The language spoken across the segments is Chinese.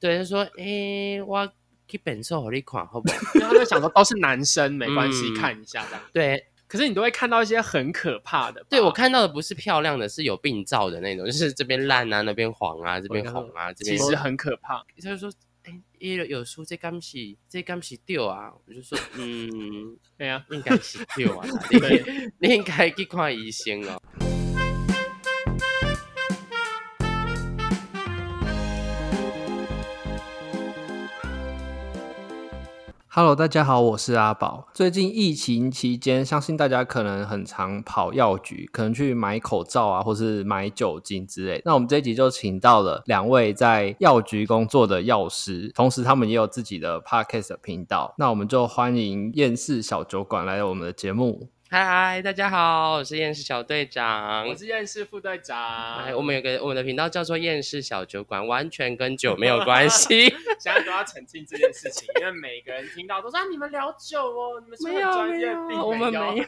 对，就说诶、我去本寿给你看，好不 好？因为他们想说都是男生， 没关系，嗯看一下这样。对，可是你都会看到一些很可怕的吧，对我看到的不是漂亮的，是有病灶的那种，就是这边烂啊，那边黄啊，这边红啊，这哦其边实很可怕。他就说，哎、有有书这刚洗这刚洗掉啊，我就说，嗯，对呀、应该洗掉啊，你你应该去看医生哦。 Hello，大家好，我是阿宝。最近疫情期间，相信大家可能很常跑药局，可能去买口罩啊，或是买酒精之类。那我们这一集就请到了两位在药局工作的药师，同时他们也有自己的 podcast 的频道。那我们就欢迎厌世小酒馆来到我们的节目。嗨，大家好，我是厌世小队长我。是验视副队长，嗯哎，我们有个我们的频道叫做厌世小酒馆，完全跟酒没有关 系。现在都要澄清这件事情，因为每个人听到都说、啊、你们聊酒哦，你们是不是很专业，并我们没有有，，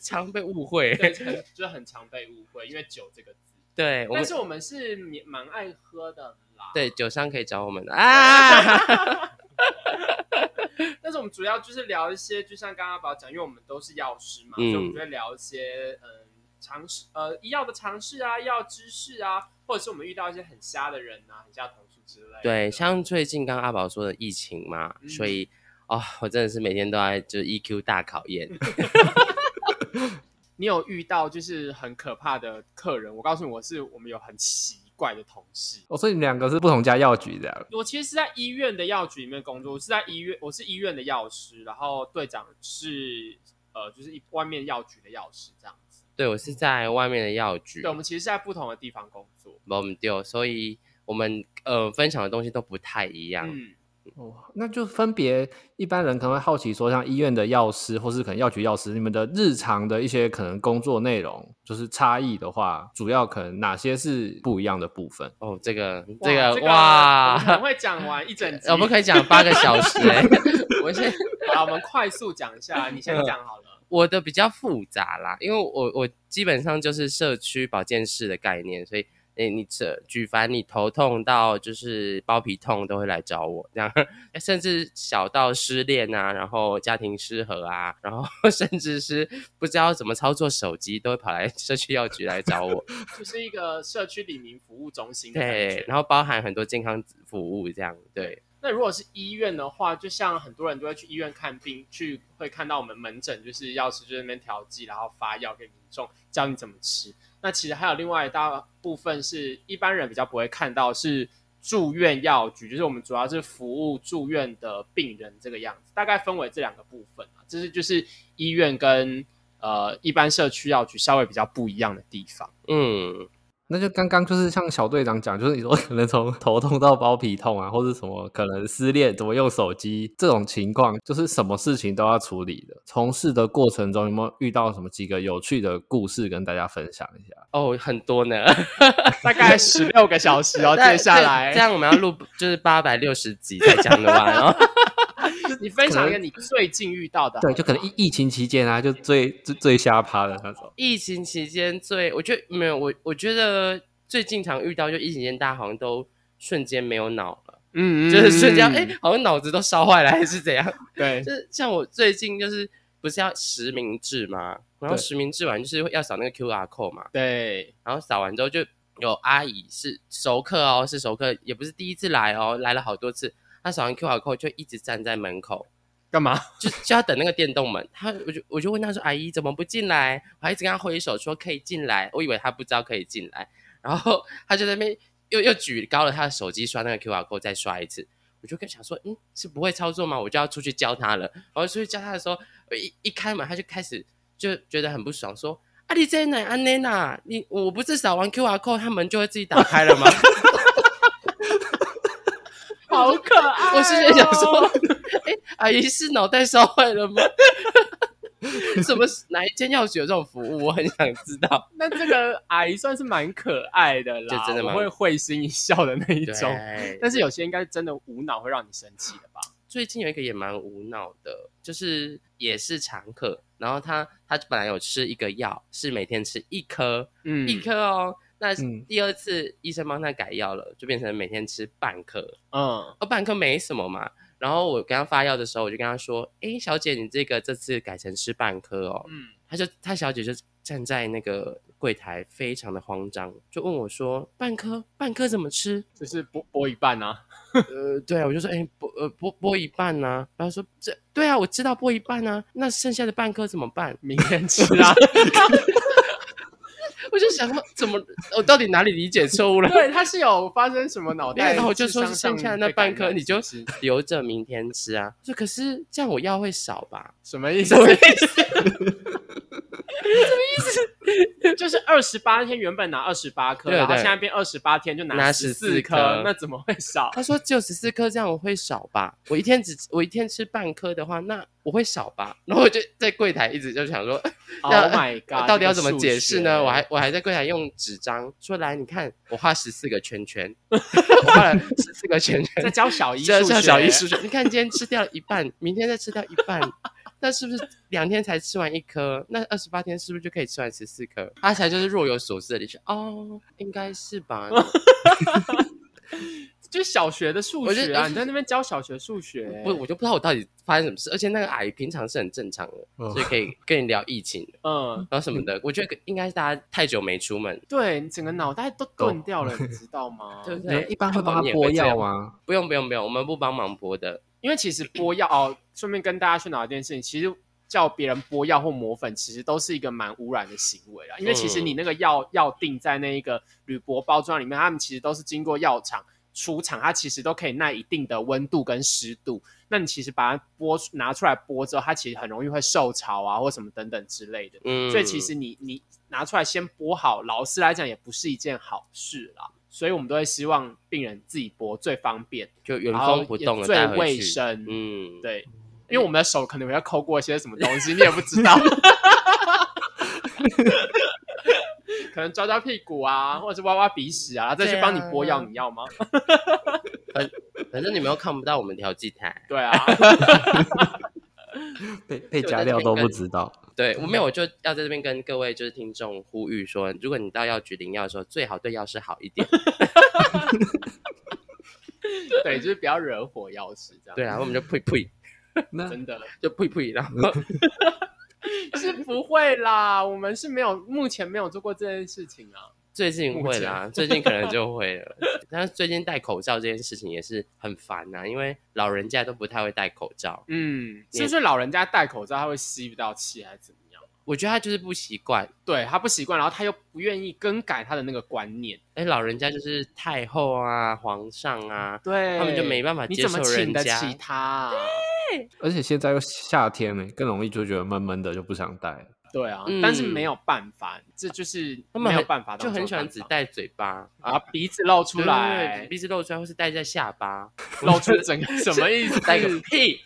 常被误会。 对，很就很常被误会，因为酒这个字，对，我但们是我们是蛮爱喝的啦，，对酒商可以找我 们的啊。 但是我们主要就是聊一些，就像刚刚阿宝讲，因为我们都是药师嘛，嗯所以我们就会聊一些嗯常识，呃医药的常识啊，医药知识啊，或者是我们遇到一些很瞎的人啊，很瞎的同事之类的，对，像最近刚刚阿宝说的疫情嘛，嗯所以哦，我真的是每天都在就是 EQ 大考验。嗯你有遇到就是很可怕的客人？我告诉你，我是我们有很奇怪的同事。我、哦、说你们两个是不同家药局的啊、我其实是在医院的药局里面工作，我是在医院，我是医院的药师，然后队长是呃，就是一外面药局的药师这样子。对我是在外面的药局对，，我们其实是在不同的地方工作。把我们丢，所以我们呃分享的东西都不太一样。嗯，哦，那就分别一般人可能会好奇说，像医院的药师，或是可能药局药师，你们的日常的一些可能工作内容，就是差异的话，主要可能哪些是不一样的部分？哦，这个哇这个这个我们可能哇，会讲完一整集。我们可以讲八个小时哎、我现在 好，我们快速讲一下，你先讲好了。我的比较复杂啦，因为我我基本上就是社区保健室的概念，所以诶，你这举凡你头痛到就是包皮痛都会来找我，这样，甚至小到失恋啊，然后家庭失和啊，然后 甚至是不知道怎么操作手机，都会跑来 社区药局来找 我，就是一个社区里民服务中心的感对觉，。然后包含很多健康服务这样，对，那如果是医院的话，就像很多人都会去医院看病，去会看到我们门诊就是药师就在那边调剂，然后发药给民众，教你怎么吃。那其实还有另外一大部分是一般人比较不会看到，是住院药局，就是我们主要是服务住院的病人这个样子，大概分为这两个部分啊，这是就是医院跟呃一般社区药局稍微比较不一样的地方。嗯。那就刚刚就是像小队长讲，就是你说可能从头痛到包皮痛啊，或是什么可能失恋怎么用手机这种情况，就是什么事情都要处理的。从事的过程中有没有遇到什么几个有趣的故事跟大家分享一下？哦，很多呢，大概十六个小 时 哦，接下来这这样我们要录就是八百六十集才讲得完哦。你分享一个你最近遇到的好不好，对，就可能疫疫情期间啊，就最最最瞎趴的那种。疫情期间最，我觉得没有我，我觉得最经常遇到就疫情期间，大家好像都瞬间没有脑了，嗯就是瞬间 哎、好像脑子都烧坏了还是怎样？对就是像我最近就是不是要实名制吗？然后对实名制完就是要扫那个 QR code 嘛，对，然后扫完之后就有阿姨是熟客哦，是熟客，也不是第一次来哦，来了好多次。她扫完 QR code 就一直站在门口，干嘛？就就要等那个电动门，他我就我就问他说：“阿姨怎么不进来？”我还一直跟他挥手说可以进来，我以为他不知道可以进来，然后他就在那边又又举高了他的手机刷那个 QR code 再刷一次，我就跟想说，嗯，是不会操作吗？我就要出去教他了。然后出去教他的时候，我一一开门他就开始就觉得很不爽，说：“啊，你在哪？安内娜，你我不是扫完 QR code 他门就会自己打开了吗？” 好可爱 哦、我是在想说， 哎、阿姨是脑袋烧坏了吗？ 什么哪一间药局有这种服务？我很想知 道。 那这个阿姨算是蛮可爱的啦，就真的我蛮会会心一笑的那一种。对，但是有些应该真的无脑会让你生气的吧？最近有一个也蛮无脑的，就是也是常客，然后他他本来有吃一个药，是每天吃一颗、嗯一颗哦，那嗯第二次医生帮他改药了，就变成每天吃半颗，嗯哦，半颗没什么嘛。然后我给他发药的时候，我就跟他说：“诶，小姐，你这个这次改成吃半颗哦。嗯，他就他小姐就站在那个柜台，非常的慌张，就问我说：“半颗半颗怎么吃？”就是剥剥一 半啊，呃，对啊，我就说，哎、剥呃剥剥一半呐、然后说这对啊，我知道剥一半呐、那剩下的半颗怎么办？明天吃啊。我就想说，怎么我到底哪里理解错误了？ 对，他是有发生什么脑袋？然后我就说是剩下的那半颗，你就什留着明天吃啊。说可是这样我药会少吧？么意思？什么意思？就是二十八天原本拿二十八颗，对然后对现在变二十八天就拿十14颗颗，那怎么会少？他说只有十四颗，这样我会少吧？我一天只我一天吃半颗的话，那我会少吧？然后我就在柜台一直就想说， Oh 那 my god！到底要这怎个么解释呢？数学我还我还在柜台用纸张说来，你看我画十四个圈圈，我画了十四个圈在圈，教小一这数学，像小一数学。你看今天吃掉一半，明天再吃掉一半，那是不是两天才吃完一颗？那二十八天是不是就可以吃完十四颗？阿才就是若有所思的，你说哦，应该是 吧？就是小学的数我就学啊！我就你在那边教小学数学，不，我就不知道我到底发生什么事。而且那个阿姨平常是很正常的，哦所以可以跟你聊疫情，嗯，然后什么的。我觉得应该是大家太久没出门，对你整个脑袋都钝掉了，你知道吗？ 对不啊你对？们一般会帮他你也剥这样药吗？不用不用不用，我们不帮忙剥的。因为其实剥药哦，顺便跟大家宣导一件事情，其实叫别人剥药或抹粉，其实都是一个蛮污染的行为啦。因为其实嗯你那个药药定在那一个铝箔包装里面，他们其实都是经过药厂出厂，它其实都可以耐一定的温度跟湿度。那你其实把它剥拿出来剥之后，它其实很容易会受潮啊，或什么等等之类的。嗯，所以其实你你拿出来先剥好，老师来讲也不是一件好事啦。所以我们都会希望病人自己剥最方便，就原然后封不动也的最带回卫去生。嗯，对，因为我们的手可能会抠过一些什么东西，你也不知道， 可能抓抓屁股啊，或者是挖挖鼻屎啊，再去帮你剥药，对啊你要吗？反正你们又看不到我们调剂台。 对啊， 被被加料都不知道。对我没有，我就要在这边跟各位就是听众呼吁说，如果你到药局领药的时候，最好对药师好一点。对，就是不要惹火药师这样。对啊，我们就呸呸，那真的 就呸呸，然后是不会啦，我们是没有，目前没有做过这件事情啊。最近会啦，最近可能就会了。但是最近戴口罩这件事情也是很烦呐、因为老人家都不太会戴口罩，嗯，是不是老人家戴口罩他会吸不到气还是怎么样？我觉得他就是不习惯。对他不习惯，然后他又不愿意更改他的那个观念，哎，老人家就是太后啊、皇上啊，对他们就没办法你接怎么受请人得家。起他啊？而且现在又夏天呢，更容易就觉得闷闷的，就不想戴了。对啊，嗯但是没有办法，这就是他们没有很办法当就做办法，很喜欢只戴嘴巴啊鼻子露出对来，鼻子露出来，或是戴在下 巴，露出整个 什么意 思？戴个屁。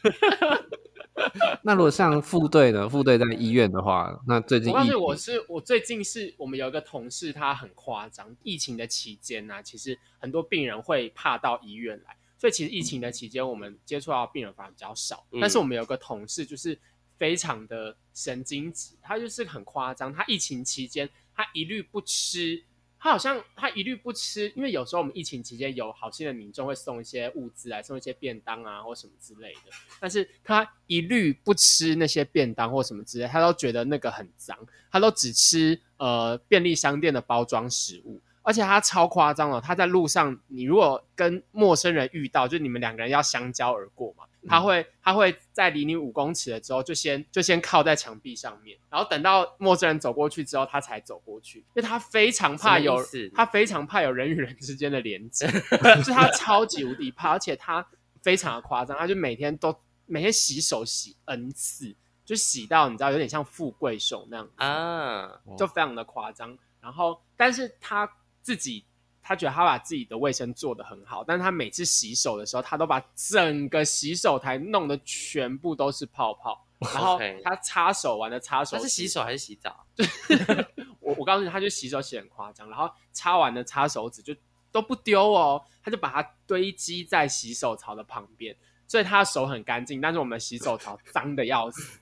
那如果像副队呢？副队在医院的话，那最近我告疫诉你，我情是我最近是我们有一个同事，他很夸张。疫情的期间呢、其实很多病人会怕到医院来，所以其实疫情的期间，我们接触到病人反而比较少。嗯但是我们有个同事就是非常的神经质，他就是很夸张。他疫情期间，他一律不吃。他好像他一律不吃，因为有时候我们疫情期间有好心的民众会送一些物资来，送一些便当啊或什么之类的。但是他一律不吃那些便当或什么之类，他都觉得那个很脏，他都只吃呃便利商店的包装食物。而且他超夸张了，他在路上，你如果跟陌生人遇到，就你们两个人要相交而过嘛，嗯他会他会在离你五公尺了之后，就先就先靠在墙壁上面，然后等到陌生人走过去之后，他才走过去，因为他非常怕什有么意思他非常怕有人与人之间的连 接，就是他超级无敌怕，而且他非常的夸张，他就每天都每天洗手洗 n 次，就洗到你知道有点像富贵手那样啊，就非常的夸张。然后，但是他自己，他觉得他把自己的卫生做得很好，但是他每次洗手的时候，他都把整个洗手台弄得全部都是泡泡。然后 OK 他擦手完了擦手，他是洗。手还是洗澡？ 我我告诉你，他就洗手洗得很夸张，然后擦完了擦手指就都不丢哦，他就把它堆积在洗手槽的旁边，所以他的手很干净，但是我们的洗手槽脏的要死。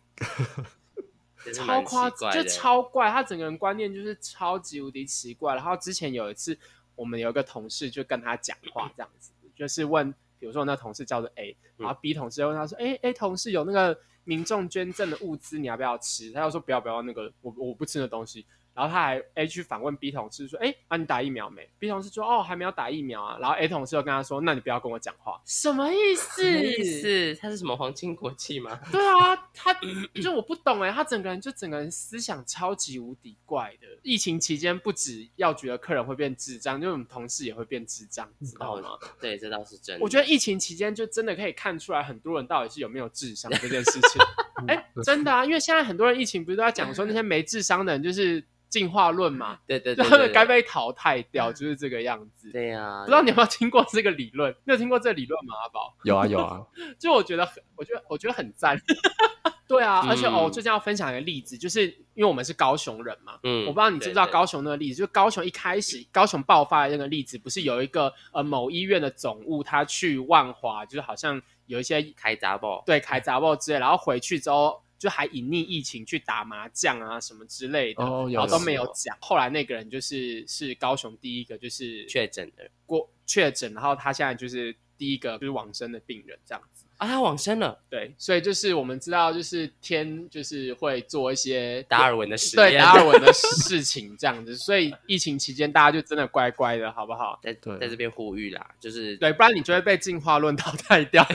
真是超蛮奇夸，怪就的超怪。他整个人观念就是超级无敌奇怪。然后之前有一次，我们有一个同事就跟他讲话这样子，就是问，比如说那同事叫做 A，嗯然后 B 同事就问他说：“哎、a 同事有那个民众捐赠的物资，你要不要吃？”他就说：“不要不要，那个我我不吃那东西。”然后他还 A 去反问 B 同事说：“哎，啊你打疫苗没？”B 同事说：“哦，还没有打疫苗啊。”然后 A 同事就跟他说：“那你不要跟我讲话，什么意思？什么意思？他是什么皇亲国戚吗？ 对啊， 他就我不懂哎、他整个人就整个人思想超级无敌怪的。疫情期间，不止药局的客人会变智障，就我们同事也会变智障，知道吗？对，这倒是真的。我觉得疫情期间就真的可以看出来很多人到底是有没有智商这件事 情。哎、真的啊，因为现在很多人疫情不是都在讲说那些没智商的人就是进化论嘛，对对就对嗯他对们该对，被淘汰掉，就是这个样子。对呀，不知道你有没有听过这个理论？你有听过这个理论吗，阿宝？有啊有啊，就我觉得很，我觉得我觉得很赞。 对啊，而且嗯哦，最近要分享一个例子，就是因为我们是高雄人嘛，嗯，我不知道你知不知道对高雄那个例子，就高雄一开始高雄爆发的那个例子，不是有一个呃某医院的总务他去万华，就是好像有一些对开杂报，对开杂报之类，然后回去之后就还隐匿疫情去打麻将啊什么之类的，哦有然后有都没有有讲。后来那个人就是是高雄第一个就是确诊的过确诊，然后他现在就是第一个就是往生的病人这样子。啊，他往生了，对，所以就是我们知道，就是天就是会做一些达尔文的实对验，达尔文的事情这样子，所以疫情期间大家就真的乖乖的，好不好？在对在这边呼吁啦，就是对，不然你就会被进化论淘汰掉。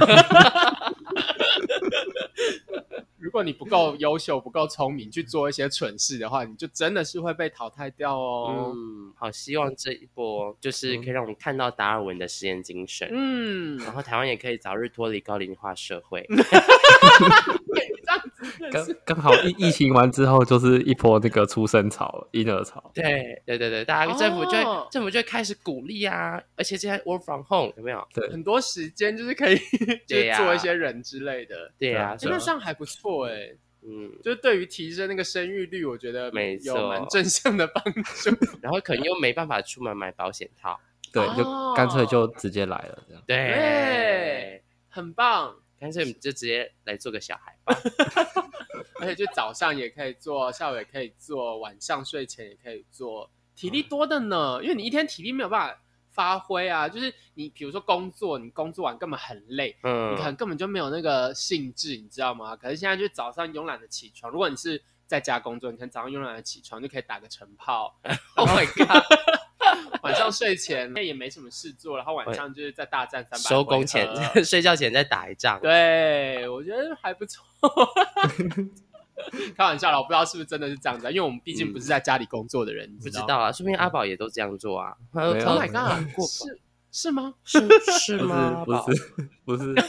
如果你不够优秀、不够聪明，去做一些蠢事的话，你就真的是会被淘汰掉哦。嗯，好希望这一波就是可以让我们看到达尔文的实验精神，嗯，然后台湾也可以早日脱离高龄化社会。这样子真的刚是刚好疫疫情完之后就是一波那个出生潮、婴儿潮。对对对对，大家政府就会、哦政府就会开始鼓励啊，而且现在 work from home 有没有？很多时间就是可以 就是对呀做一些人之类的。对啊，哎所以那这样还不错哎、嗯，就是对于提升那个生育率，我觉得没错有蛮正向的帮助。 然后可能又没办法出门买保险套，对，哦就干脆就直接来了这样。对，对很棒，干脆我们就直接来做个小孩吧。而且就早上也可以做，下午也可以做，晚上睡前也可以做，体嗯力多的呢，因为你一天体力没有办法发挥啊，就是你比如说工作，你工作完根本很累，你可能嗯，根本就没有那个兴致，你知道吗？可是现在就早上慵懒的起床，如果你是在家工作，你可能早上慵懒的起床就可以打个晨 泡，Oh my god！晚上睡前那也没什么事做，然后晚上就是在大战三百收工前 睡觉前再打一仗。对，我觉得还 不错。开玩笑啦，我不知道是不是真的是这样子啊，因为我们毕竟不是在家里工作的人，你嗯不知知道。道啊，说不定阿宝也都这样做啊。 他没有 Oh 他 my god！过是是吗？ 是是吗？不阿宝是不是不是，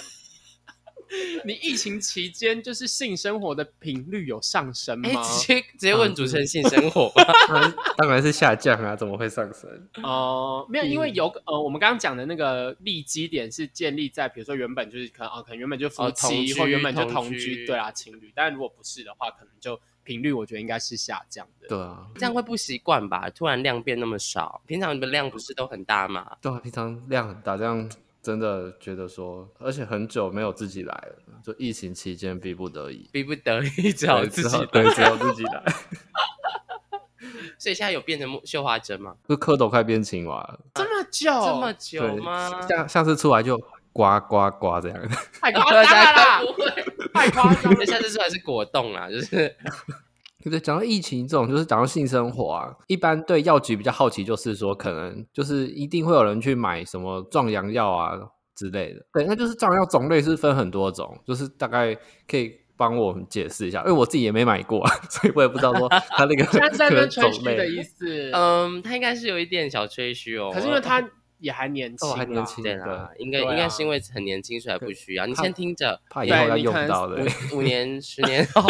你疫情期间就是性生活的频率有上升吗哎，？直接直接问主持人性生活吧。当 然当然是下降啊，怎么会上升？哦、没有，因为有呃，我们刚刚讲的那个立基点是建立在，比如说原本就是可能啊、可能原本就夫哦同妻、居或原本就同同居，居对啊，情侣。但如果不是的话，可能就频率我觉得应该是下降的。对啊，这样会不习惯吧？突然量变那么少，平常你们量不是都很大吗？对啊，平常量很大，这样真的觉得说，而且很久没有自己来了，就疫情期间逼不得已，逼不得已只好对自只己好。对，只有自己来。 所以现在有变成绣花针吗？就蝌蚪快变青蛙了，这么久，这么久对吗？ 哦下下次出来就呱呱呱这样。 太夸张了啦！不会， 太夸张了那下次出来是果冻啦，就是对，讲到疫情这种，就是讲到性生活啊，一般对药局比较好奇，就是说可能就是一定会有人去买什么壮阳药啊之类的。对，那就是壮阳药种类是分很多种，就是大概可以帮我们解释一下，因为我自己也没买过啊， 所以我也不知道说它那个 现在在可那能边种吹嘘的类。意思。嗯，他应该是有一点小吹嘘哦。可是因为他也还年轻、哦还年轻对啦，应该、对啊应该是因为很年轻，所以还不需要。你他先听着，怕以后要用到的，五五年、十年后，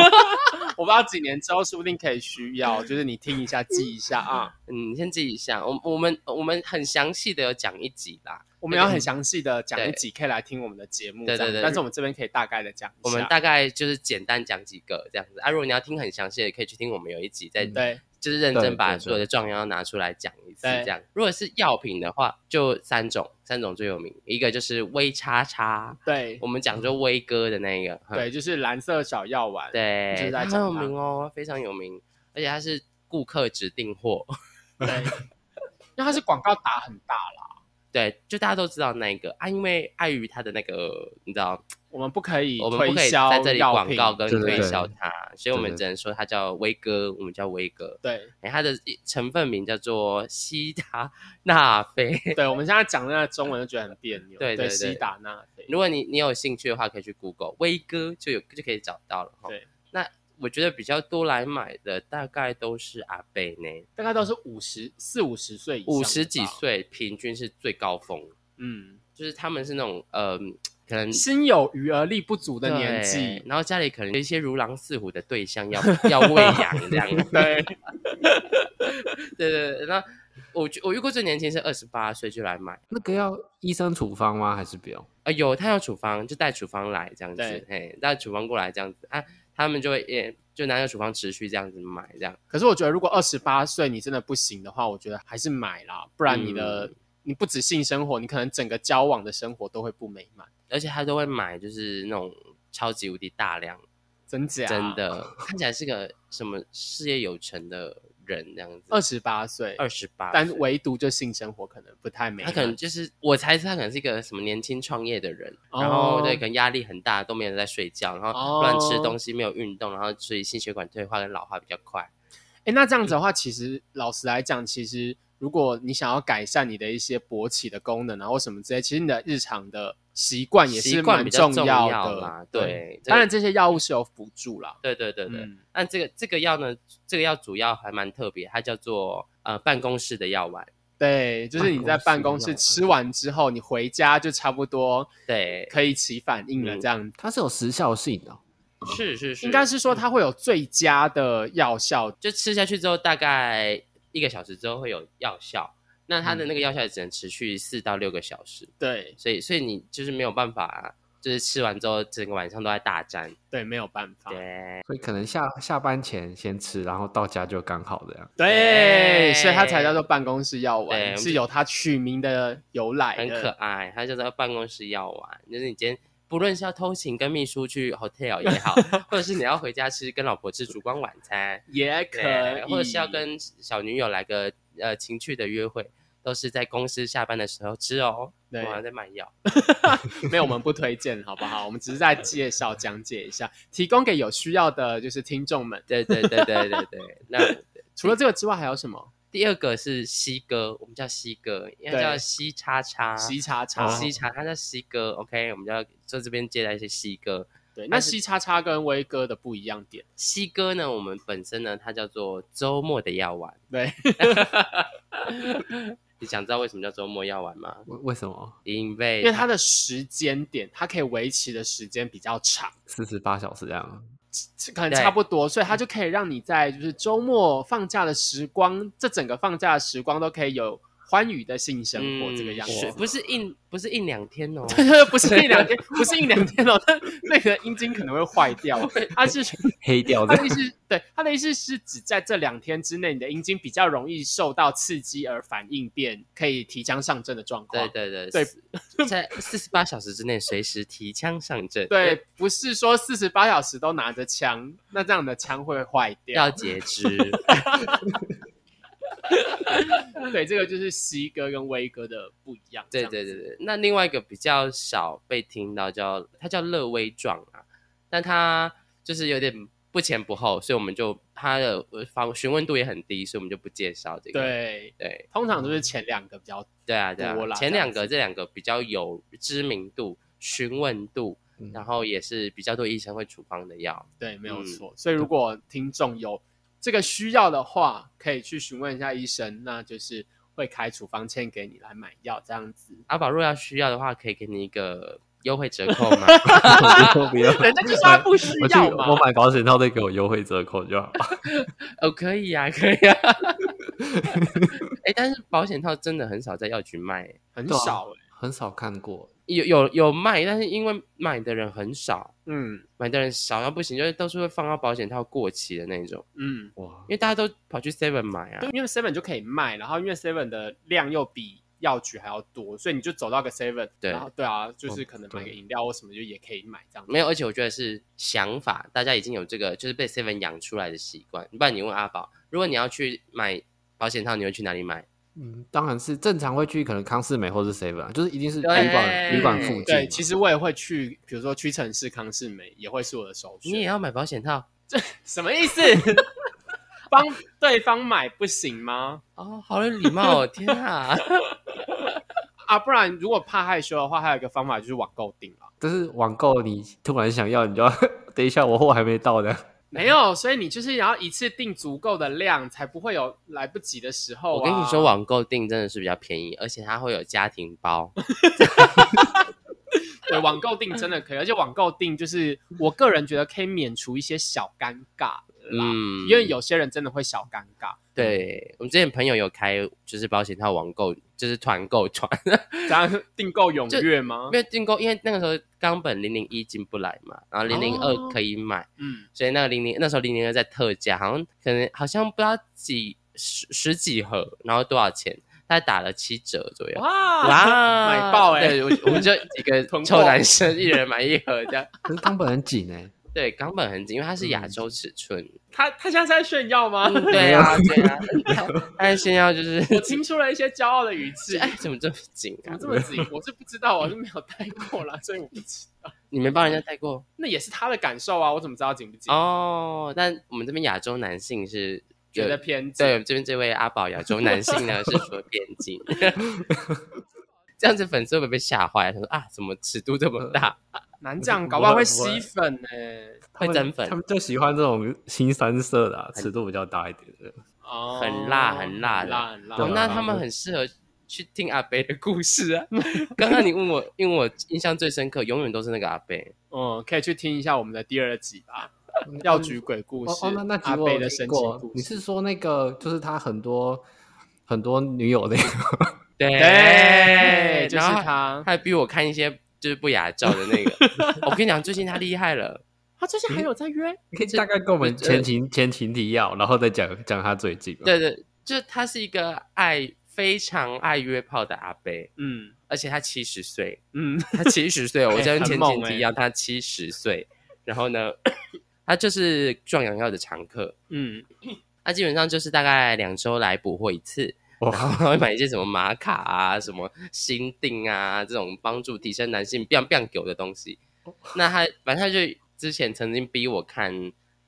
我不知道几年之后说不定可以需要，就是你听一下记一下啊。嗯，你先记一下。我我们我们很详细的有讲一集啦，我们要很详细的讲一集，可以来听我们的节目这样。对对对但是我们这边可以大概的讲一我下。啊们大概就是简单讲几个这样子啊。如果你要听很详细的，可以去听我们有一集在嗯对就是认真把对对对所有的壮阳拿出来讲一次对这样。如果是药品的话，就三种，三种最有名，一个就是微叉叉，对我们讲就威哥的那个，哼对，就是蓝色小药丸，就嗯对，是在它讲很有它名哦，非常有名，而且它是顾客指定货， 对，因为它是广告打很大了，对，就大家都知道那个啊，因为碍于它的那个，你知道，我们不可以我们不推可以销在这里药广品告跟对对推对销它，所以我对们对只能说它叫威哥，我们叫威哥。对哎，它的成分名叫做西达那非。对，我们现在讲那个中文就觉得很别扭，对对对西打那非如果你你有兴趣的话，可以去 Google 威哥就有就可以找到了哈。对，那我觉得比较多来买的大概都是阿贝呢，大概都是五十四五十岁以上，五十几，岁平均是最高峰，嗯，就是他们是那种呃可能心有余而力不足的对年纪，然后家里可能有一些如狼似虎的对象要 要喂养这样。 对， 对对对，那我觉我遇过最年轻是二十八岁就来买。那个要医生处方吗？还是不用？啊，有他有处方，就带处方来这样对子，嘿，带处方过来这样子啊，他们就会也就拿着处方持续这样子买这样，可是我觉得，如果二十八岁你真的不行的话，我觉得还是买啦，不然你的、嗯你不止性生活，你可能整个交往的生活都会不美满，而且他都会买就是那种超级无敌大量，真假？真。的看起来是个什么事业有成的人这样子，二十八岁，二十八，但唯独就性生活可能不太美他满。可能就是我猜测他可能是一个什么年轻创业的人，哦然后对，可能压力很大，都没有人在睡觉，然哦后乱吃东西，没有运动，然后所以心血管退化跟老化比较快，哎，那这样子嗯的话，其实老实来讲，其实如果你想要改善你的一些勃起的功能啊，或什么之类，其实你的日常的习惯也习是惯蛮比较重要要的。啦对这个当然这些药物是有辅助啦。对对对对。嗯，但这个这个药呢，这个药主要还蛮特别，它叫做呃办公室的药丸。对，就是你在办办公公室室药吃完之后，你回家就差不多对，可以起反应了，嗯这样、它是有时效性的哦、是是是，嗯应该是说它会有最佳的药效。就吃下去之后，大概一个小时之后会有药效。那它的嗯那个药效也只能持续四到六个小时，对所以所以你就是没有办法，就是吃完之后整个晚上都在大战。对，没有办法。对，所以可能下下班前先吃，然后到家就刚好这样。对，对所以它才叫做办公室药对我丸，们是就有它取名的由来很的。可爱。它叫做办公室药丸，就是你今天。不论是要偷情跟秘书去 hotel 也 好，或者是你要回家吃跟老婆吃烛光晚餐，也可对以，或者是要跟小女友来个呃情趣的约会，都是在公司下班的时候吃哦。对我好像在卖药。没有，我们不推荐，好不 好？我们只是在介绍、讲解一下，提供给有需要的就是听众们。对对对对对对。那除了这个之外，还有什么？第二个是西哥，我们叫西哥，应该叫西叉叉。西叉叉，哦啊西叉，他叫西哥，OK，我们就要在这边接待一些西哥。对，那西叉叉跟威哥的不一样点，西哥呢，我们本身呢，它叫做周末的药丸。对，你想知道为什么叫周末药丸吗？为为什么因为因为它的时间点，它可以维持的时间比较长，四十八小时这样？可能对差不多，所以它就可以让你在就是周末放假的时光，这整个放假的时光都可以有欢愉的性生活这个样嗯是子。 不是一不是一两天哦，不是一两 天，不是一两天哦， 那那个阴茎可能会坏掉，啊它是黑掉他 的的意思，对他的意思是指在这两天之内，你的阴茎比较容易受到刺激而反应变可以提枪上阵的状对况。对对对对，在四十八小时之内随时提枪上阵，对，不是说四十八小时都拿着枪，那这样的枪会坏掉要。截肢。对，这个就是西哥跟威哥的不一样。对对对对，那另外一个比较少被听到叫它叫乐威壮啊，但它就是有点不前不后，所以我们就它的呃访询问度也很低，所以我们就不介绍这对个。对，对通常都是前两个比较对啊对多啊，啦前这样两个这两个比较有知名度、询问度，嗯然后也是比较多医生会处方的药。对，没有错。嗯所以如果听众有这个需要的话，可以去询问一下医生，那就是会开处方签给你来买药这样子。阿宝若要需要的话，可以给你一个优惠折扣吗？ 不用不用，人家就说他不需我去要嘛我。买保险套再给我优惠折扣就好。 哦，可以啊， 可以啊。哎、但是保险套真的很少在药局卖、欸，很对啊少哎、很少看过。有有有卖，但是因为买的人很少，嗯买的人少到不行，就是到处会放到保险套过期的那种，嗯，哇因，为大家都跑去 Seven 买啊就。因为 Seven 就可以卖，然后因为 Seven 的量又比药局还要多，所以你就走到个 Seven，对然后对啊，就是哦可能买个对饮料或什么就也可以买这样子。没有，而且我觉得是想法，大家已经有这个就是被 Seven 养出来的习惯。不然你问阿宝，如果你要去买保险套，你会去哪里买？嗯，当然是正常会去，可能康世美或是 seven，啊就是一定是旅对馆旅馆附近嘛。哎对，其实我也会去，比如说屈臣氏、康士美也会是我的首你也选。要买保险套？什 么意思？帮对方买不行吗？哦，好有礼貌哦！天啊，啊，不然如果怕害羞的话，还有一个方法就是网购订了。但是网购你突然想要，你就 要等一下，我货还没到呢。没有，所以你就是也要一次订足够的量，才不会有来不及的时候、啊我跟你说，，网购订真的是比较便宜，而且它会有家庭包。对，网购订真的可以，而且网购订就是我个人觉得可以免除一些小尴尬啦，嗯，因为有些人真的会小尴尬，对我们之前朋友有开就是保险套网购，就是团购团，这样订购踊跃吗因？为订购，因为那个时候冈本零零一进不来嘛，然后零零哦二可以买，嗯，所以那个零零那时候零零二在特价，好像可能好像不知道几十十几盒，然后多少钱，大概打了七折左右。哇哇买爆欸对，我我们就几个囤货臭男生，一人买一盒这样。可是冈本很紧哎、对，冈本很紧，因为它是嗯亚洲尺 寸。他他现在是在炫耀吗？嗯对啊，对啊。但但现在就是，。我听出了一些骄傲的语气 哎，怎么这么紧啊怎么？这么紧？我是不知道，我是没有戴过啦，所以我不 知道。你没帮人家啊带过？那也是他的感受啊，我怎么知道紧不紧？哦，但我们这边亚洲男性是觉得偏紧。对我们这边这位阿宝亚洲男性呢是 说偏紧， 这样子粉丝会不会被吓坏？他说啊，怎么尺度这么大？难讲，不搞不好不会会吸粉呢、会增粉他们就喜欢这种新三色的、啊，尺度比较大一点的。哦，很辣很辣的很辣很哦辣。对啊那他们很适合去听阿贝的故事啊。 刚刚你问我，因为我印象最深刻，永远都是那个阿贝。嗯，可以去听一下我们的第二集吧，《嗯药局鬼故事哦》哦，那那集阿我北有的神听奇过故，你事。是说那个就是他很多很多女友那个？对，对，就是哎然后他。还逼我看一些就是不雅照的那 个。我跟你讲，最近他厉害了。嗯他最近还有在约，你可以大概跟我们前情前情提要，然后再讲讲他最近。，对对，就是他是一个爱非常爱约炮的阿贝，嗯而且他七十岁，嗯，他七十岁，哦我哎在跟很前猛情提要，他七十岁，然后呢，他就是壮阳药的常客，嗯，他基本上就是大概两周来补货一次。然后哇，他会买一些什么玛卡啊、什么心定啊这种帮助提升男性 biang biang 狗的东西。哦那他反正他就之前曾经逼我看，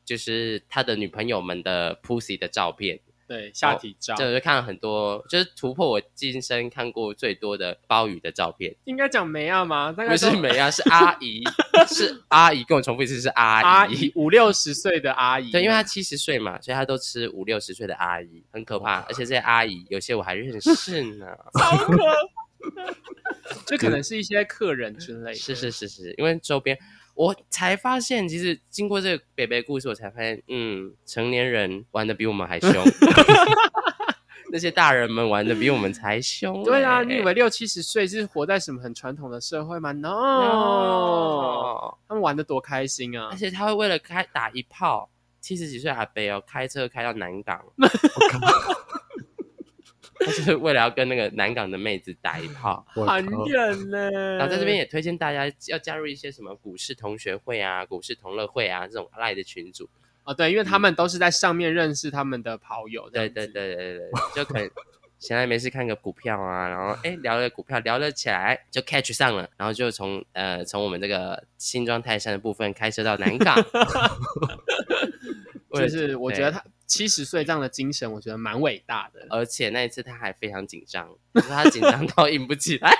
就是他的女朋友们的 pussy 的照片，对，下体照、哦这我就看了很多，就是突破我今生看过最多的鲍鱼的照片，应该讲梅亚吗？大概不是都美啊，是阿姨，是阿姨，跟我重复一次是阿姨。阿姨五六十岁的阿姨，对，因为她七十岁嘛，所以她都吃五六十岁的阿姨，很可怕。而且这些阿姨有些我还认识 呢。超可怕，就可能是一些客人之类的，是是是是，因为周边我才发现，其实经过这个北北故事，我才发现，嗯，成年人玩的比我们还 凶，那些大人们玩的比我们才凶、对啊，欸你以为六七十岁是活在什么很传统的社会吗？No，, 哦？他们玩的多开心啊而！且他会为了开打一炮，七十几岁阿伯哦，开车开到南 港， 他就是为了要跟那个南港的妹子打一 炮。我很靠远呢、然后在这边也推荐大家要加入一些什么股市同学会啊、股市同乐会啊这种赖的群组，哦，对，因为他们都是在上面认识他们的跑友，这嗯对样子对，对对对，就可 能闲来没事看个股票啊，然后哎聊了股票聊了起来就 catch 上了，然后就从呃从我们这个新庄泰山的部分开车到南 港，为了就是我觉得他七十岁这样的精神，我觉得蛮伟大的。而且那一次他还非常紧张，就是他紧张到硬不起来，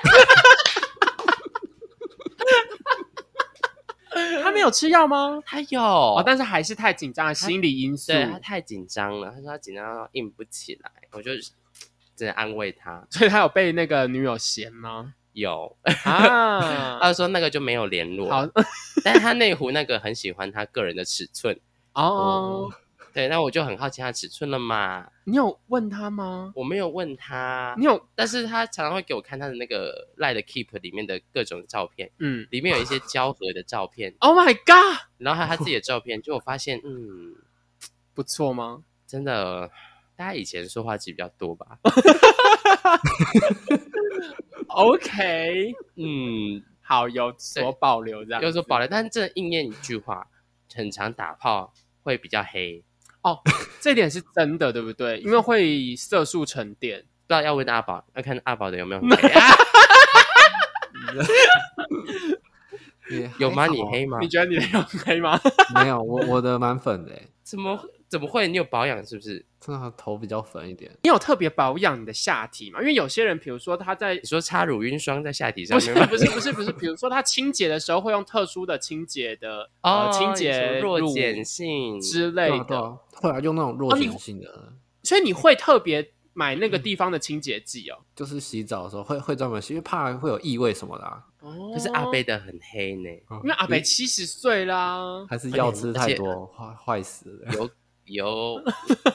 他没有吃药吗？他有，哦，但是还是太紧张了，心理因素。对他太紧张了，他说他紧张到硬不起来，我就只能安慰他，所以他有被那个女友嫌 吗？有，啊，他说那个就没有联络，好但是他内湖那个很喜欢他个人的尺寸。哦，对，那我就很好奇它的尺寸了嘛。你有问他吗？我没有问他，你有但是他常常会给我看他的那个赖的 Keep 里面的各种照片，嗯里面有一些胶合的照片， ，Oh my god，然后还有他自己的照片，就我发现，嗯，不错吗？真的，大家以前说话机比较多 吧？ OK，嗯， 好，有所保留这样子。有所保留，但是真的应验一句话，很常打炮会比较黑。这点是真的，对不对？因为会色素沉淀。不知道要问阿宝，要看阿宝的有没有很 黑、啊也有吗？还好你黑吗你？觉得你的有黑吗？ 没有？我我的蛮粉的欸，怎么怎么会？你有保养是不是？真的头比较粉一点。你有特别保养你的下体吗？因为有些人，比如说他在你说擦乳晕霜在下体上不是面吗？ 不是不是不是，比如说他清洁的时候会用特殊的清洁的、哦呃，清洁你说弱乳碱性之嗯类对啊对的，啊后来用那种弱哦你碱性的，所以你会特别买那个嗯地方的清洁剂哦。就是洗澡的时候会会专门洗，因为怕会有异味什么的啊。哦可是阿贝，的很黑呢，因因为阿北七十岁啦，还是药吃而且太多，坏坏死了。有 有，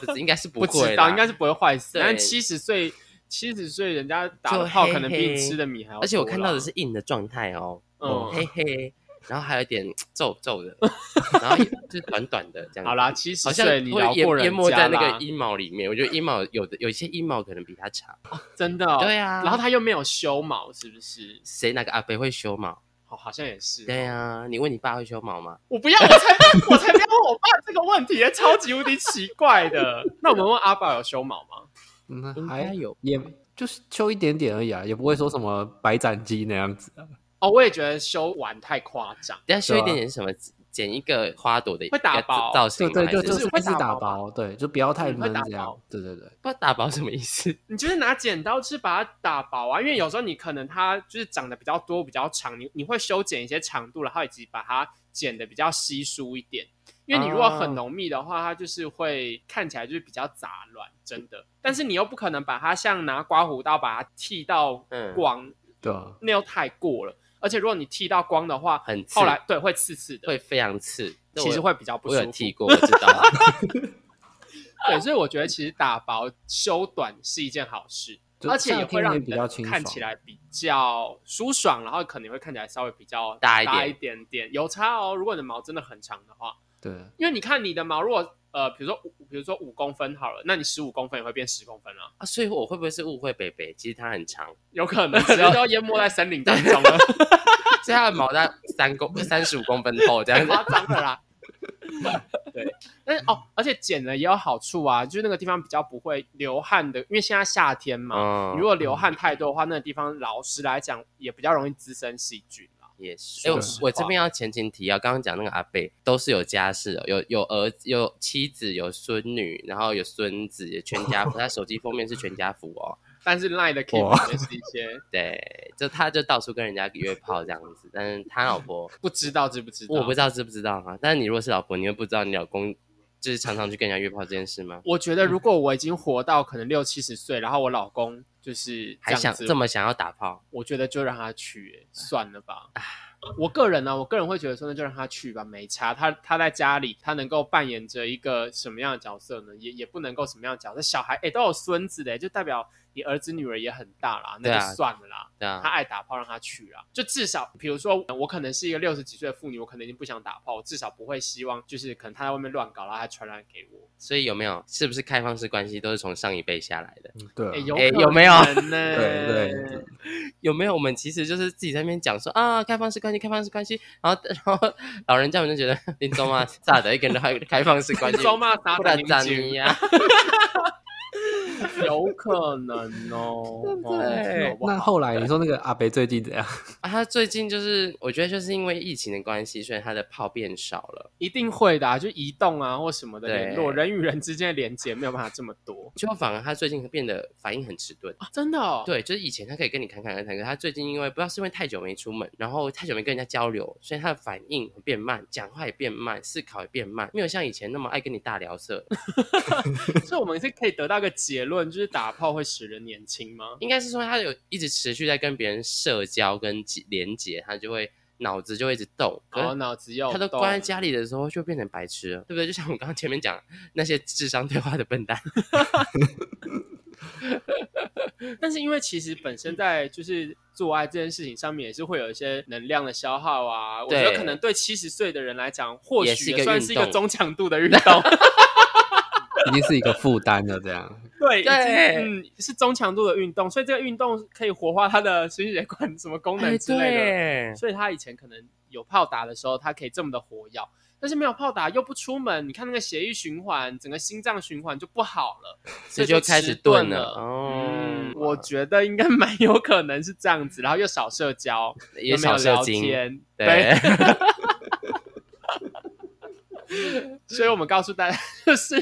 不是应该是不不会知啦，道应该是不会坏死，对但七十岁。七十岁人家打就的炮黑可能比黑你吃的米还要多啦，而且我看到的是硬的状态 哦，嗯黑黑，然后还有一点皱皱 的，然后也就是短短的这样。好，啦，七十好像岁你饶会过淹人淹没家在啦，那个阴毛里面。我觉得阴毛有的有一些阴毛可能比他 长。真的哦、对啊，然后他又没有修毛，是不是？谁哪个阿伯会修毛？哦，好像也是。对啊，你问你爸会修毛吗？我不要，我才不，我才不要问我爸这个问题，超级无敌奇怪的。那我们问阿爸有修毛吗？嗯，应那该还有也就是修一点点而已啊，也不会说什么白斩鸡那样子啊。哦，我也觉得修完太夸张，等下修一对啊点点什么，剪一个花朵的一个会打薄造型对吗？对还对，是就是是会一直打打薄薄，对，就不要太嗯会闷打这样薄。对对对，不知道打薄什么意思？你就是拿剪刀去把它打薄啊，因为有时候你可能它就是长得比较多、比较长，你你会修剪一些长度，然后以及把它剪得比较稀疏一点。因为你如哦果很浓密的话，它就是会看起来就是比较杂乱，真的。但是你又不可能把它像拿刮胡刀把它剃到嗯光，对啊，那又太过了。而且如果你剃到光的话，很刺后来对会刺刺的，会非常刺，那我其实会比较不我舒有服。剃过，我知道。啊对，所以我觉得其实打薄修短是一件好事，就而且也会让你夏天也比较清爽看起来比较舒爽，然后可能会看起来稍微比较大一一点点点，有差哦。如果你的毛真的很长的话，对，因为你看你的毛如果呃，比如说五，比如说五公分好了，那你十五公分也会变十公分啊， 啊，所以我会不会是误会北北？其实它很长，有可能直接都淹没在森林当中了，所以它的毛在三公三十五公分厚这太 样子。夸张了啦。对，但是哦，而且剪了也有好处啊，就是那个地方比较不会流汗的，因为现在夏天嘛，嗯你如果流汗太多的话，那个地方老实来讲也比较容易滋生细菌啊啦。也是，说哎、我实我这话边要前情提要，刚刚讲那个阿贝都是有家室、哦，有有儿子，有妻子，有孙女，然后有孙子，也全 家福。他手机封面是全家福哦，但是 Line 的 k e 哇 e 就是一些对，就他就到处跟人家约炮这样子，但是他老婆不知道知不知道，我不知道知不知道啊，但是你如果是老婆，你会不知道你老公就是常常去跟人家约炮这件事吗？我觉得如果我已经活到可能六七十岁，然后我老公就是还这想样子这么想要打炮，我觉得就让他去、欸算了吧。我个人呢、我个人会觉得说，那就让他去吧，没差。他他在家里，他能够扮演着一个什么样的角色呢？也也不能够什么样的角色。小孩哎、欸都有孙子的、就代表你儿子女儿也很大啦，那对就啊算了啦。对啊，他爱打炮让他去啦，就至少比如说我可能是一个六十几岁的妇女，我可能已经不想打炮，我至少不会希望就是可能他在外面乱搞，然后他传染给我。所以有没有是不是开放式关系都是从上一辈下来的？嗯对啊哎、有哎可有没有能呢？ 对对有没有？我们其实就是自己在那边讲说啊，开放式关系，开放式关系，然后 然后老人家们就觉得林中嘛，咋的？一个人还有开放式关系，咒骂撒不旦然灵咋精你呀？ 有可能哦，对不对那后来你说那个阿北最近怎 样？啊，他最近就是我觉得就是因为疫情的关系，所以他的炮变少了，一定会的、啊，就移动啊或什么的对联络，人与人之间的连接没有办法这么多就反而他最近变得反应很迟钝。啊，真的、哦。，对，就是以前他可以跟你侃侃而谈，可是他最近因为不知道是因为太久没出门，然后太久没跟人家交流，所以他的反应会变慢，讲话也变慢，思考也变慢，没有像以前那么爱跟你大聊色。所以我们是可以得到一个结论，就是打炮会使人年轻吗？应该是说他有一直持续在跟别人社交跟接连接，他就会脑子就会一直动，可然是后哦脑子又他都动关在家里的时候就变成白痴了，对不对？就像我刚刚前面讲那些智商对话的笨 蛋，但是因为其实本身在就是做爱这件事情上面也是会有一些能量的消耗啊，我觉得对可能对七十岁的人来讲，或也是许一也个算运是一个动中强度的运 动，已经是一个负担了。这样，对，已经对嗯，是中强度的运动，所以这个运动可以活化他的心血管什么功能 哎，之类的。对，所以他以前可能有炮打的时候，他可以这么的活跃，但是没有炮打又不出门，你看那个血液循环，整个心脏循环就不好了，这所以就开迟始钝钝了。哦。嗯，我觉得应该 蛮有可能是这样子，然后又少社交，也又没有少射聊精，天，对， 所以我们告诉大家，就是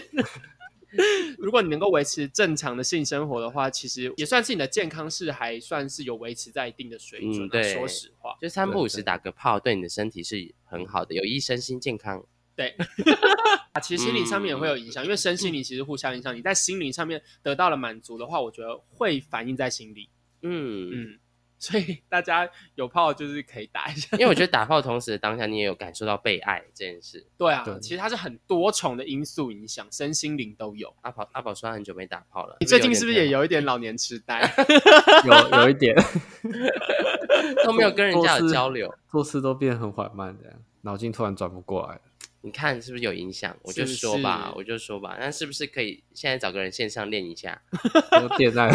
如果你能够维持正常的性生活的话，其实也算是你的健康是还算是有维持在一定的水准、啊嗯对说实话，就三不五时对打个炮，对你的身体是很好的，有益身心健康。对。啊，其实心灵上面也会有影响，因为身嗯心灵其实互相影响。你在心灵上面得到了满足的话，我觉得会反映在心里。嗯，嗯，所以大家有泡就是可以打一下。因为我觉得打炮的同时当下，你也有感受到被爱这件事。对啊，对其实它是很多重的因素影响，身心灵都有。阿宝阿宝说他很久没打炮了，你最近是不是也有有一点老年痴 呆？有有一点点都没有跟人家有交流？做事都变得很缓慢，这样脑筋突然转不过来了。你看是不是有影响？我就说吧，我就说吧，那是不是可以现在找个人线上练一下？就电在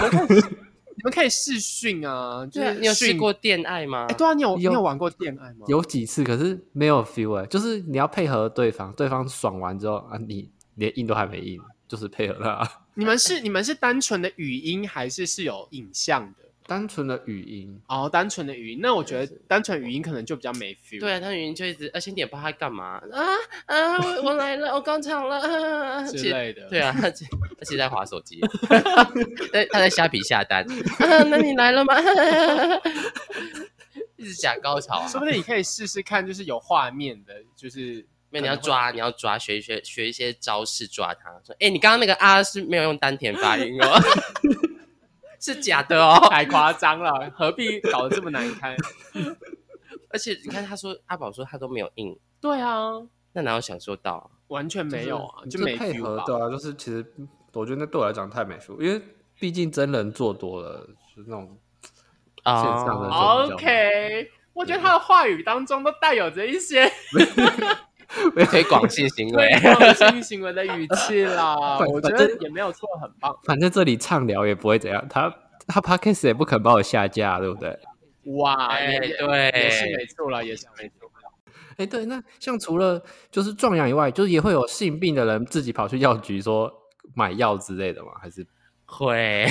你们可以试训啊，就对是啊，你有试训过恋爱吗哎、？对啊，你有你有有玩过恋爱吗？有几次，可是没有 feel 哎、就是你要配合对方，对方爽完之后啊，你连应都还没应，就是配合他。你们是你们是单纯的语音，还是是有影像的？ 单纯的语音，哦，单纯的语音，那我觉得单纯语音可能就比较没 feel。啊对啊，他原因就一直，而且你也不知道他干嘛啊啊！我我来了，我刚场了，啊啊啊 之类 的。对啊，他其他其实在划手 机，在他在虾皮下单。 啊，那你来了吗？ 一直假高潮啊！说不定你可以试试看，就是有画面的， 就是没有，你要抓，你要抓，学一学学一些招式抓他。说，哎、你刚刚那个啊是没有用丹田发音哦， 是假的哦。太夸张了，何必搞得这么难堪？而且你看，他说阿宝说他都没有硬，对啊，那哪有享受到啊？完全没有啊，就是没配 feel 合吧？对啊，就是其实我觉得那对我来讲太美术，因为毕竟真人做多了，就是那种哦啊线上的 OK，我觉得他的话语当中都带有着一些推广性 行为对抗性行为的语气 啦，反我觉反得正也没有错，很棒。反正这里畅聊也不会怎样，他他 podcast 也不肯把我下架，对不对？哇，哎也也对也是没错啦，也是没错。哎，对，那像除了就是壮阳以外，就是也会有性病的人自己跑去药局说买药之类的吗？还是会。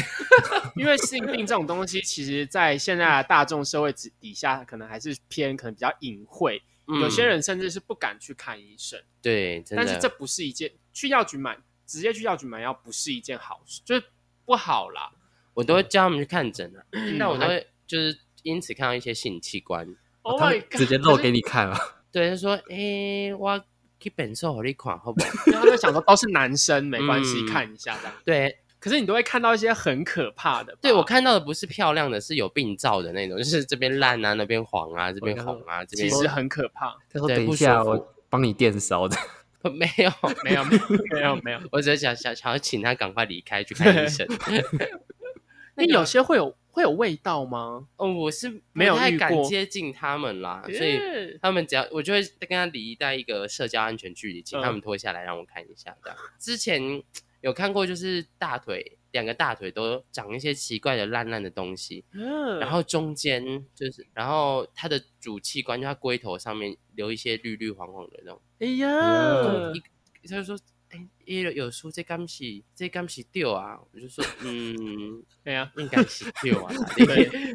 因为性病这种东西，其实在现在的大众社会底底下，可能还是偏可能比较隐晦，嗯有些人甚至是不敢去看医生。对，真的。但是这不是一件去药局买，直接去药局买药不是一件好事，就是不好啦。我都会叫他们去看诊 啊，但我都还会就是因此看到一些性器官。 Oh 他 my 们 god！直接 露给你看啊了？对，他说：“诶、我去本寿给你看，好不好 就是，然后就想说都是男生，没关系，嗯。看一下这样？”对，可是你都会看到一些很可怕的吧，对我看到的不是漂亮的，是有病灶的那种，就是这边烂啊，那边黄啊，这边我红啊，这其边实很可怕。 他说对等一不下，舒服 我帮你电烧的。没有。 没有没有没有 没有，我只是想想想要请他赶快离开去看医 生。 那有些会有会有味道吗？哦，我是没有不太遇敢过嗯接近他们啦，所以耶他们只要我就会跟他离在一个社交安全距离，请嗯他们脱下来让我看一下。这样之前有看过，就是大腿两个大腿都长一些奇怪的烂烂的东西，嗯，然后中间就是，然后它的主器官就它龟头上面留一些绿绿黄黄的那种，哎嗯呀，他就说。哎，有有说这刚是这刚是掉啊，我就说嗯，对呀，应该是掉啊，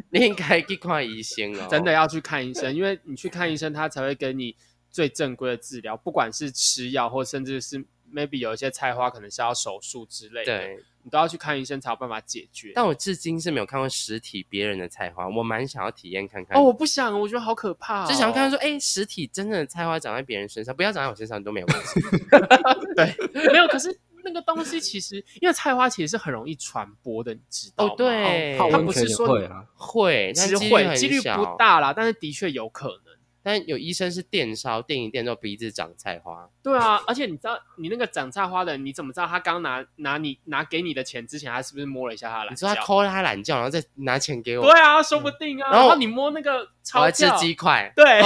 你 你应该去看医生哦。真的要去看医生，因为你去看医生，他才会给你最正规的治疗，不管是吃药或甚至是 maybe 有一些菜花可能是要手术之类的，对，你都要去看医生才有办法解决。但我至今是没有看过实体别人的菜花，我蛮想要体验看看。哦，我不想，我觉得好可怕、哦，只想要看看说，哎、实体真正的菜花长在别人身上，不要长在我身上都没有关系。 没有，可是那个东西其实，因为菜花其实是很容易传播的，你知道吗？哦，对，泡它温不泉是也说会啊，会，但其实几率会很几率小不。大啦，但是的确有可能。但有医生是电烧，电一电之后鼻子长菜花。对啊，而且你知道你那个长菜花的人，你怎么知道他刚拿拿你拿给你的钱之前，他是不是摸了一下他的你懒说他觉抠了他懒觉，然后再拿钱给我，对啊，说不定啊。然然后后你摸那个我钞要吃票，鸡块，对，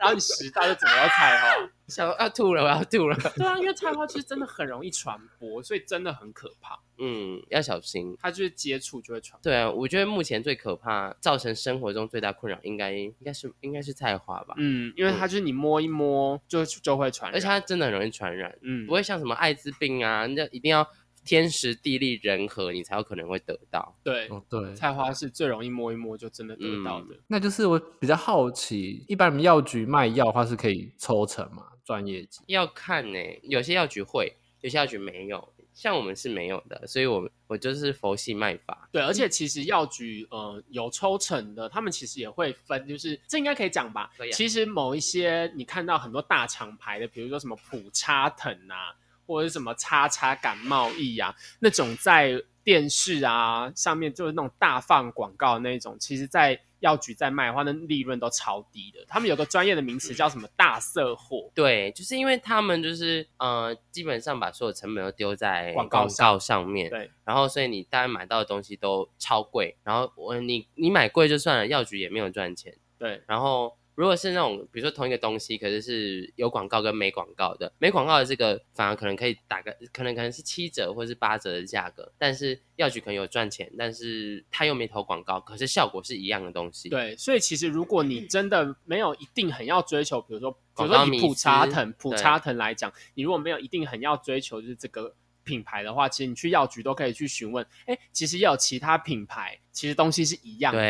然后你食道就整个要菜花。想要吐了，我要吐了。 对啊，因为菜花其实真的很容易传播，所以真的很可怕。嗯，要小心。它就是接触就会传播。对啊，我觉得目前最可怕、造成生活中最大困扰，应该应该是应该是菜花吧，嗯，因为它就是你摸一摸就就会传染，而且它真的很容易传染，嗯不会像什么艾滋病啊，那一定要天时地利人和，你才有可能会得到。对，哦，对，菜花是最容易摸一摸就真的得到嗯的。那就是我比较好奇，一般我们药局卖药的话是可以抽成嘛，赚业绩？要看呢、有些药局会，有些药局没有，像我们是没有的，所以我我就是佛系卖法。对，而且其实药局呃有抽成的，他们其实也会分，就是这应该可以讲吧？可以啊其实某一些你看到很多大厂牌的，比如说什么普叉藤啊，或者是什么叉叉感冒疫啊，那种在电视啊上面就是那种大放广告的那一种，其实在药局在卖的话，那利润都超低的。他们有个专业的名嗯词叫什么大色货，对，就是因为他们就是呃，基本上把所有成本都丢在广告告上上面，对，然后所以你大家买到的东西都超贵，然后我你你买贵就算了，药局也没有赚钱，对，然后如果是那种比如说同一个东西，可是是有广告跟没广告的，没广告的这个反而可能可以打个，可能可能是七折或是八折的价格，但是药局可能有赚钱，但是他又没投广告，可是效果是一样的东西。，对，所以其实如果你真的没有一定很要追求，比如说，比如广说告以迷普查思藤、普对查藤来讲，你如果没有一定很要追求就是这个品牌的话，其实你去药局都可以去询问，哎，其实也有其他品牌，其实东西是一样的，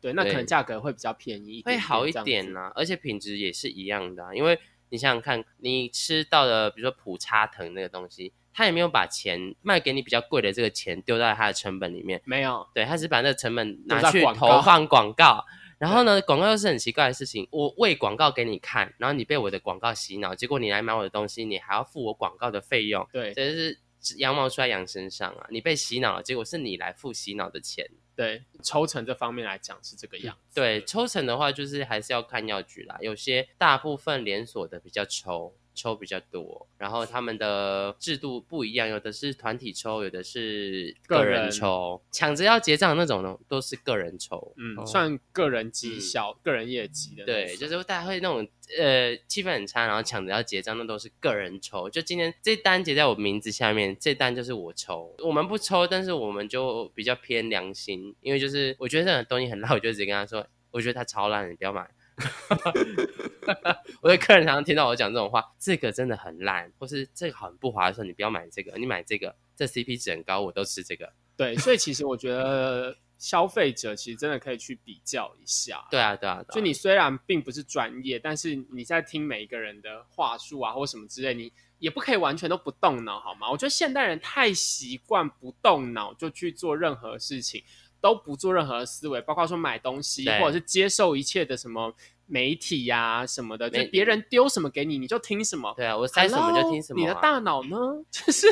对那可能对价格会比较便宜一点会点，好一这样点啊子啦、而且品质也是一样的啊、因为你想想看，你吃到的比如说普叉藤那个东西，他也没有把钱卖给你比较贵的这个钱丢在它的成本里面，没有，对，他只是把那个成本都拿在去广告投放广告。然后呢，广告又是很奇怪的事情，我喂广告给你看，然后你被我的广告洗脑，结果你来买我的东西，你还要付我广告的费用，对这是羊毛出在羊身上啊！你被洗脑了，结果是你来付洗脑的钱。对，抽成这方面来讲是这个样嗯子，对，抽成的话就是还是要看药局啦，有些大部分连锁的比较抽，抽比较多，然后他们的制度不一样，有的是团体抽，有的是个个人人抽，抢着要结账那种呢，都是个人抽。嗯，哦算个人绩嗯效、个人业绩的那对，种，就是大家会那种呃气氛很差，然后抢着要结账，那都是个人抽。就今天这单结在我名字下面，这单就是我抽。我们不抽，但是我们就比较偏良心，因为就是我觉得这种东西很烂，我就直接跟他说，我觉得它超烂，你不要买。 我的客人常常听到我讲这种话，这个真的很烂，或是这个很不划算，你不要买这个，你买这个，这 CP 值很高，我都吃这个。对，所以其实我觉得消费者其实真的可以去比较一下，对啊，对啊，对啊就你虽然并不是专业，但是你在听每一个人的话术啊，或什么之类，你也不可以完全都不动脑，好吗？我觉得现代人太习惯不动脑就去做任何事情，都不做任何思维，包括说买东西，对或者是接受一切的什么媒体呀、什么的，就没别人丢什么给你，你就听什么。对啊，我塞什么就听什么、啊。 Hello，你的大脑呢？ 就是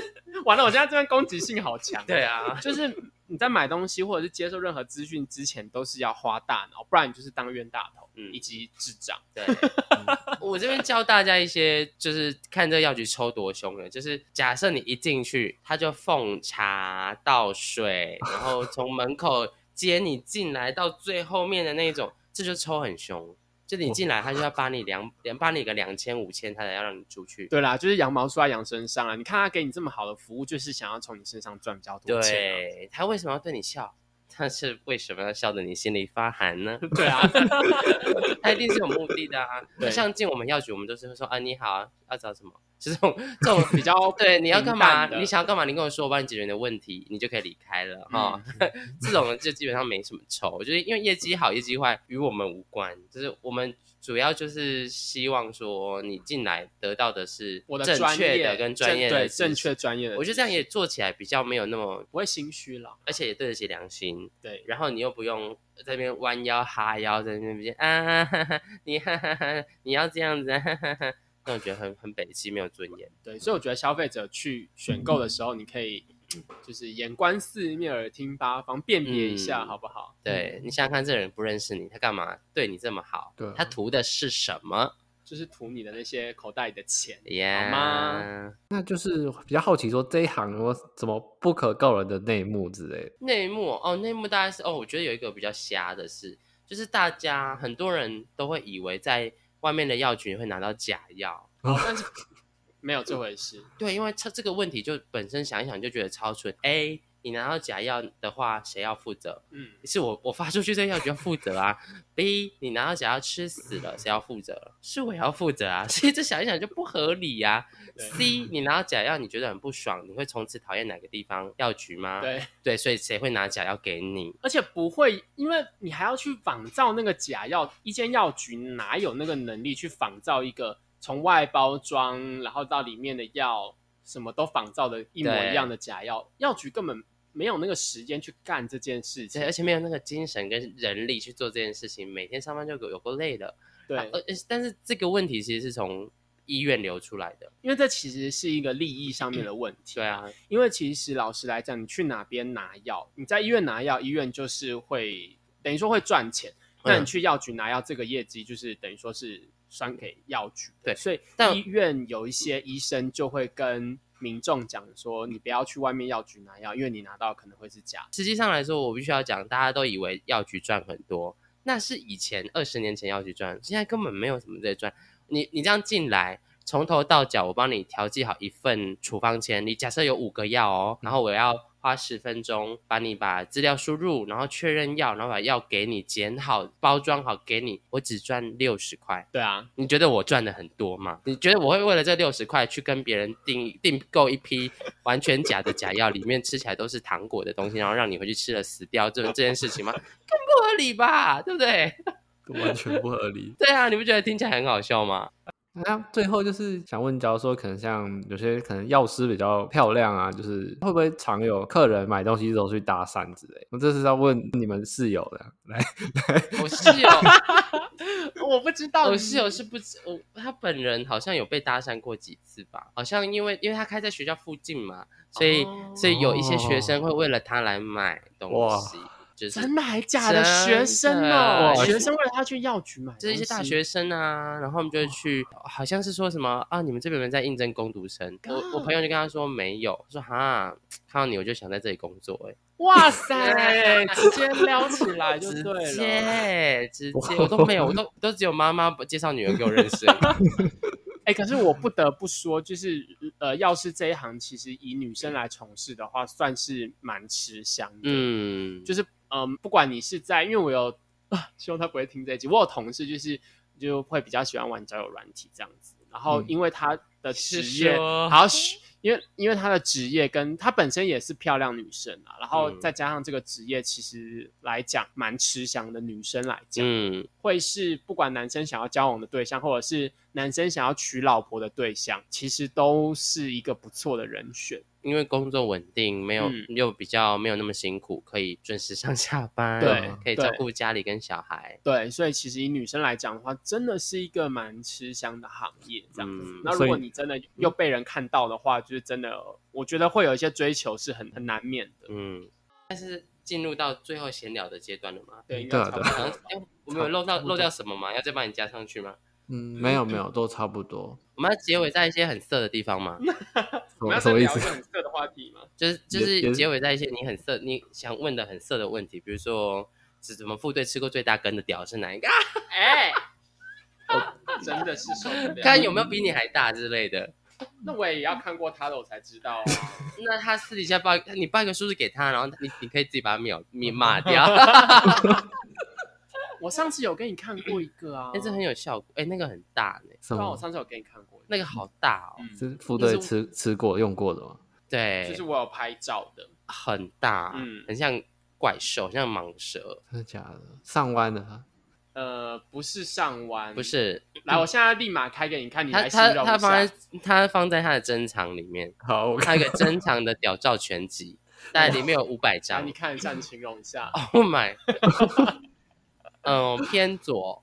完了，我现在这边攻击性好强。对 啊，就是你在买东西或者是接受任何资讯之前，都是要花大脑，不然你就是当冤大头、嗯以及智障。对，嗯 我这边教大家一些，就是看这个药局抽多凶的，就是假设你一进去，他就奉茶倒水，然后从门口接你进来到最后面的那种，这就抽很凶。就你进来，他就要把你两两把你个两千五千，他才要让你出去。对啦，就是羊毛出在羊身上啊！你看他给你这么好的服务，就是想要从你身上赚比较多钱、啊。对，他为什么要对你笑？他是为什么要笑得你心里发寒呢？ 对啊，他一定是有目的的啊对。像进我们药局，我们都是会说啊，你好啊，要找什么？就这种这种比较 对，你要干嘛？平淡的嗯你想要干嘛？你跟我说，我帮你解决你的问题，你就可以离开了哈。 这种就基本上没什么仇，就是因为业绩好业绩坏与我们无关，就是我们主要就是希望说你进来得到的是我正专确业的跟专业正的对知识正确，专业的知识，我觉得这样也做起来比较没有那么，不会心虚啦。而且也对得起良心。对，然后你又不用在那边弯腰哈腰，在那边啊哈哈，你哈哈哈，你要这样子、啊，哈哈哈，那我觉得很很北气，没有尊严。对，所以我觉得消费者去选购的时候，你可以就是眼观四面，耳听八方，辨别一下、嗯好不好？对你想想看，这人不认识你，他干嘛对你这么好？对啊他图的是什么就是图你的那些口袋里的钱。呀好吗那就是比较好奇说这一行有没有什么不可告人的内幕之类的。内幕哦，内幕大概是哦，我觉得有一个比较瞎的是，就是大家很多人都会以为在外面的药局会拿到假药，哦，但是没有这回事。对，因为这这个问题就本身想一想就觉得超蠢。哎，你拿到假药的话，谁要负责？嗯，是我我发出去，这个药局要负责啊。B，你拿到假药吃死了，谁要负责？是我要负责啊。所以这想一想就不合理呀、对 C，你拿到假药，你觉得很不爽，你会从此讨厌哪个地方药局吗？对，对，所以谁会拿假药给你？而且不会，因为你还要去仿造那个假药，一间药局哪有那个能力去仿造一个从外包装，然后到里面的药什么都仿造的一模一样的假药？药局根本没有那个时间去干这件事情对，。而且没有那个精神跟人力去做这件事情，每天上班就有有够累了。对，而而呃但是这个问题其实是从医院流出来的。因为这其实是一个利益上面的问题。对啊，因为其实老实来讲，你去哪边拿药，你在医院拿药，医院就是会等于说会赚钱。那嗯你去药局拿药，这个业绩就是等于说是算给药局对的。所以但医院有一些医生就会跟民众讲说，你不要去外面药局拿药，因为你拿到可能会是假的。实际上来说，我必须要讲，大家都以为药局赚很多，那是以前二十年前药局赚，现在根本没有什么在赚。你你这样进来，从头到脚，我帮你调剂好一份处方签。你假设有五个药哦，然后我要花十分钟把你把资料输入，然后确认药，然后把药给你剪好、包装好给你，我只赚六十块。对啊，你觉得我赚的很多吗？你觉得我会为了这六十块去跟别人订订购一批完全假的假药，里面吃起来都是糖果的东西，然后让你回去吃了死掉，这这件事情吗？更不合理吧，对不对？。完全不合理对啊，你不觉得听起来很好笑吗？那最后就是想问，假如说可能像有些可能药师比较漂亮啊，就是会不会常有客人买东西之后去搭讪之类？我这是要问你们室友的，来，我室友， 我不知道，我室哦友是不知，我他本人好像有被搭讪过几次吧，好像因为因为他开在学校附近嘛，所以、哦所以有一些学生会为了他来买东哇西，就是 真的还假的？真学生哦，的学生为了他去药局买东西，就是一些大学生啊，然后我们就会哦去，好像是说什么啊，你们这边有人在应征工读生，我我朋友就跟他说没有，说哈，看到你我就想在这里工作、欸，哇塞，直接撩起来就对直了。接直接我都没有，我 都都只有妈妈介绍女儿给我认识而已， 哎、可是我不得不说，就是呃，药师这一行，其实以女生来从事的话，算是蛮吃香的。嗯，就是嗯、不管你是在，因为我有、啊，希望他不会听这一集。我有同事就是就会比较喜欢玩交友软体这样子，然后嗯因为他的是职业，说好，嘘因为因为她的职业跟她本身也是漂亮女生啊，然后嗯再加上这个职业，其实来讲蛮吃香的女生来讲，嗯会是不管男生想要交往的对象，或者是男生想要娶老婆的对象，其实都是一个不错的人选。因为工作稳定，没有、嗯又比较没有那么辛苦，可以准时上下班，对可以照对顾家里跟小孩，对，所以其实以女生来讲的话，真的是一个蛮吃香的行业，这样子。嗯那如所以果你真的又被人看到的话，就是真的，我觉得会有一些追求是很很难免的。嗯，但是进入到最后闲聊的阶段了吗？对，应对该啊差不对好像多是。哎、我们有漏到漏掉什么吗？要再帮你加上去吗？嗯，没有没有，都差不多。我们要结尾在一些很色的地方吗？什我们么要什再么意聊一思个？很色的话题吗？就是就也也是是结尾在一些你很色、你想问的很色的问题，比如说是怎么副队吃过最大根的屌是哪一个？啊 哎、真的是受不了。看有没有比你还大之类的。那我也要看过他的，我才知道、啊。那他私底下报你报一个数字给他，然后你你可以自己把他秒你码 掉，我上次有给你看过一个啊，哎、这很有效果。哎、那个很大呢、什对啊，我么？上次有给你看过一个，那个好大哦，嗯，是副那是队我吃吃过用过的吗？对，就是我有拍照的，很大，嗯很像怪兽，像蟒蛇，真的假的？上弯的啊，呃，不是上弯，不。是？来，我现在立马开给你看，你他来他形容他一放在下。他放在他的珍藏里面。好，我它有 一个珍藏的屌照全集，大概里面有五百来，张你。看一下，你形容一下。 Oh my，嗯，偏左，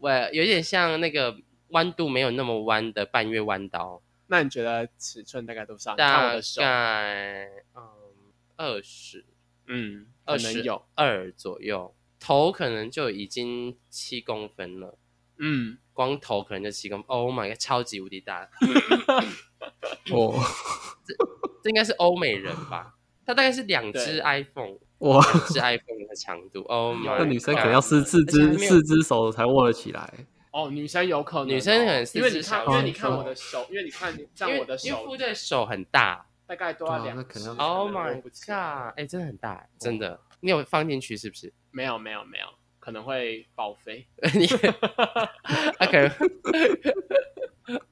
我有点像那个弯度没有那么弯的半月弯刀，那你觉得尺寸大概多少？你看我大的手，概嗯二十嗯，可二能十有，二左右，头可能就已经七公分了，嗯，光头可能就七公，Oh my god，超级无敌大，我这应该是欧美人吧？它大概是两只对 iPhone，我两只 iPhone 的长度。Oh my，啊那 god 女生可能要四四而且还只没有四只手才握得起来。哦，女生有可能哦，女生可能是因为你至看，少因为你哦看哦我的手，因为你看这因样为我的因为手副队手很大大概都对要啊两那只可能要可能，Oh my 握不起来 god，哎、真的很大，真的，你有放进去是不是？ 没有没有没有，可能会报废。你 他可能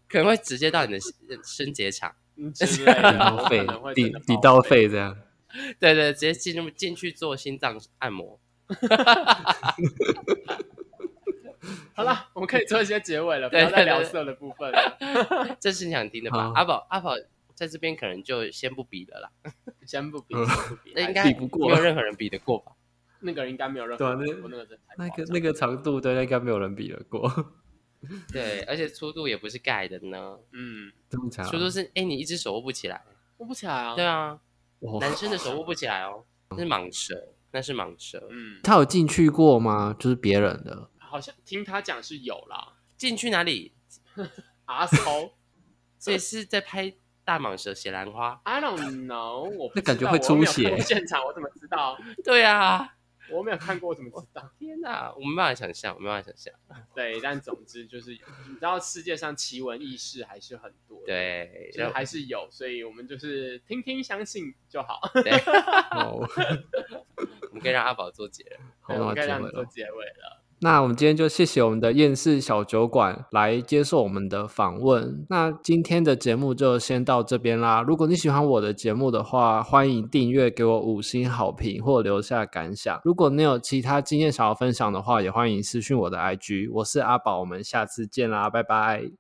可能会直接到你的生生结肠， 嗯之类的，顶我到可肺能会，抵真的抵报到废。肺这样。对对，直接进入进去做心脏按摩。好了，我们可以做一些 结尾了，不对要再对聊对色的部分了，这是你想听的吧好？阿宝，阿宝在这边可能就先不比了啦，先不比，嗯先不比。那还应是该比不过没有任何人比得 过吧？那个人应该没有任对何啊人那比过，那个真的太那个夸张那个长度，对，那应该没有人比得过。 对，而且粗度也不是盖的呢，嗯，这么长，啊粗度是哎、你一只手握不起来。握不起来啊。对啊，哇，男生的手握不起来哦，那是蟒蛇，那是蟒蛇。嗯，他有进去过吗？就是别 人的，好像听他讲是有啦，进去哪里？阿头呃所以是在拍大蟒蛇写兰花。 I don't know，我不那感知觉道会我出没有看血过现场我怎么知道？对啊，我没有看过，我怎么知道？天哪，我没办法想象，我没办法想象。对，但总之就是，你知道世界上奇闻异事还是很多的，，对，就是然后还是有，所以我们就是听听相信就好。对，哦，我们可以让阿宝做结了。好，对，那我我该结让尾你做了。结尾了。那我们今天就谢谢我们的厌世小酒馆来接受我们的访问。那今天的节目就先到这边啦。如果你喜欢我的节目的话，欢迎订阅，给我五星好评或留下感想。如果你有其他经验想要分享的话，也欢迎私讯我的 IG。我是阿宝，我们下次见啦，拜拜。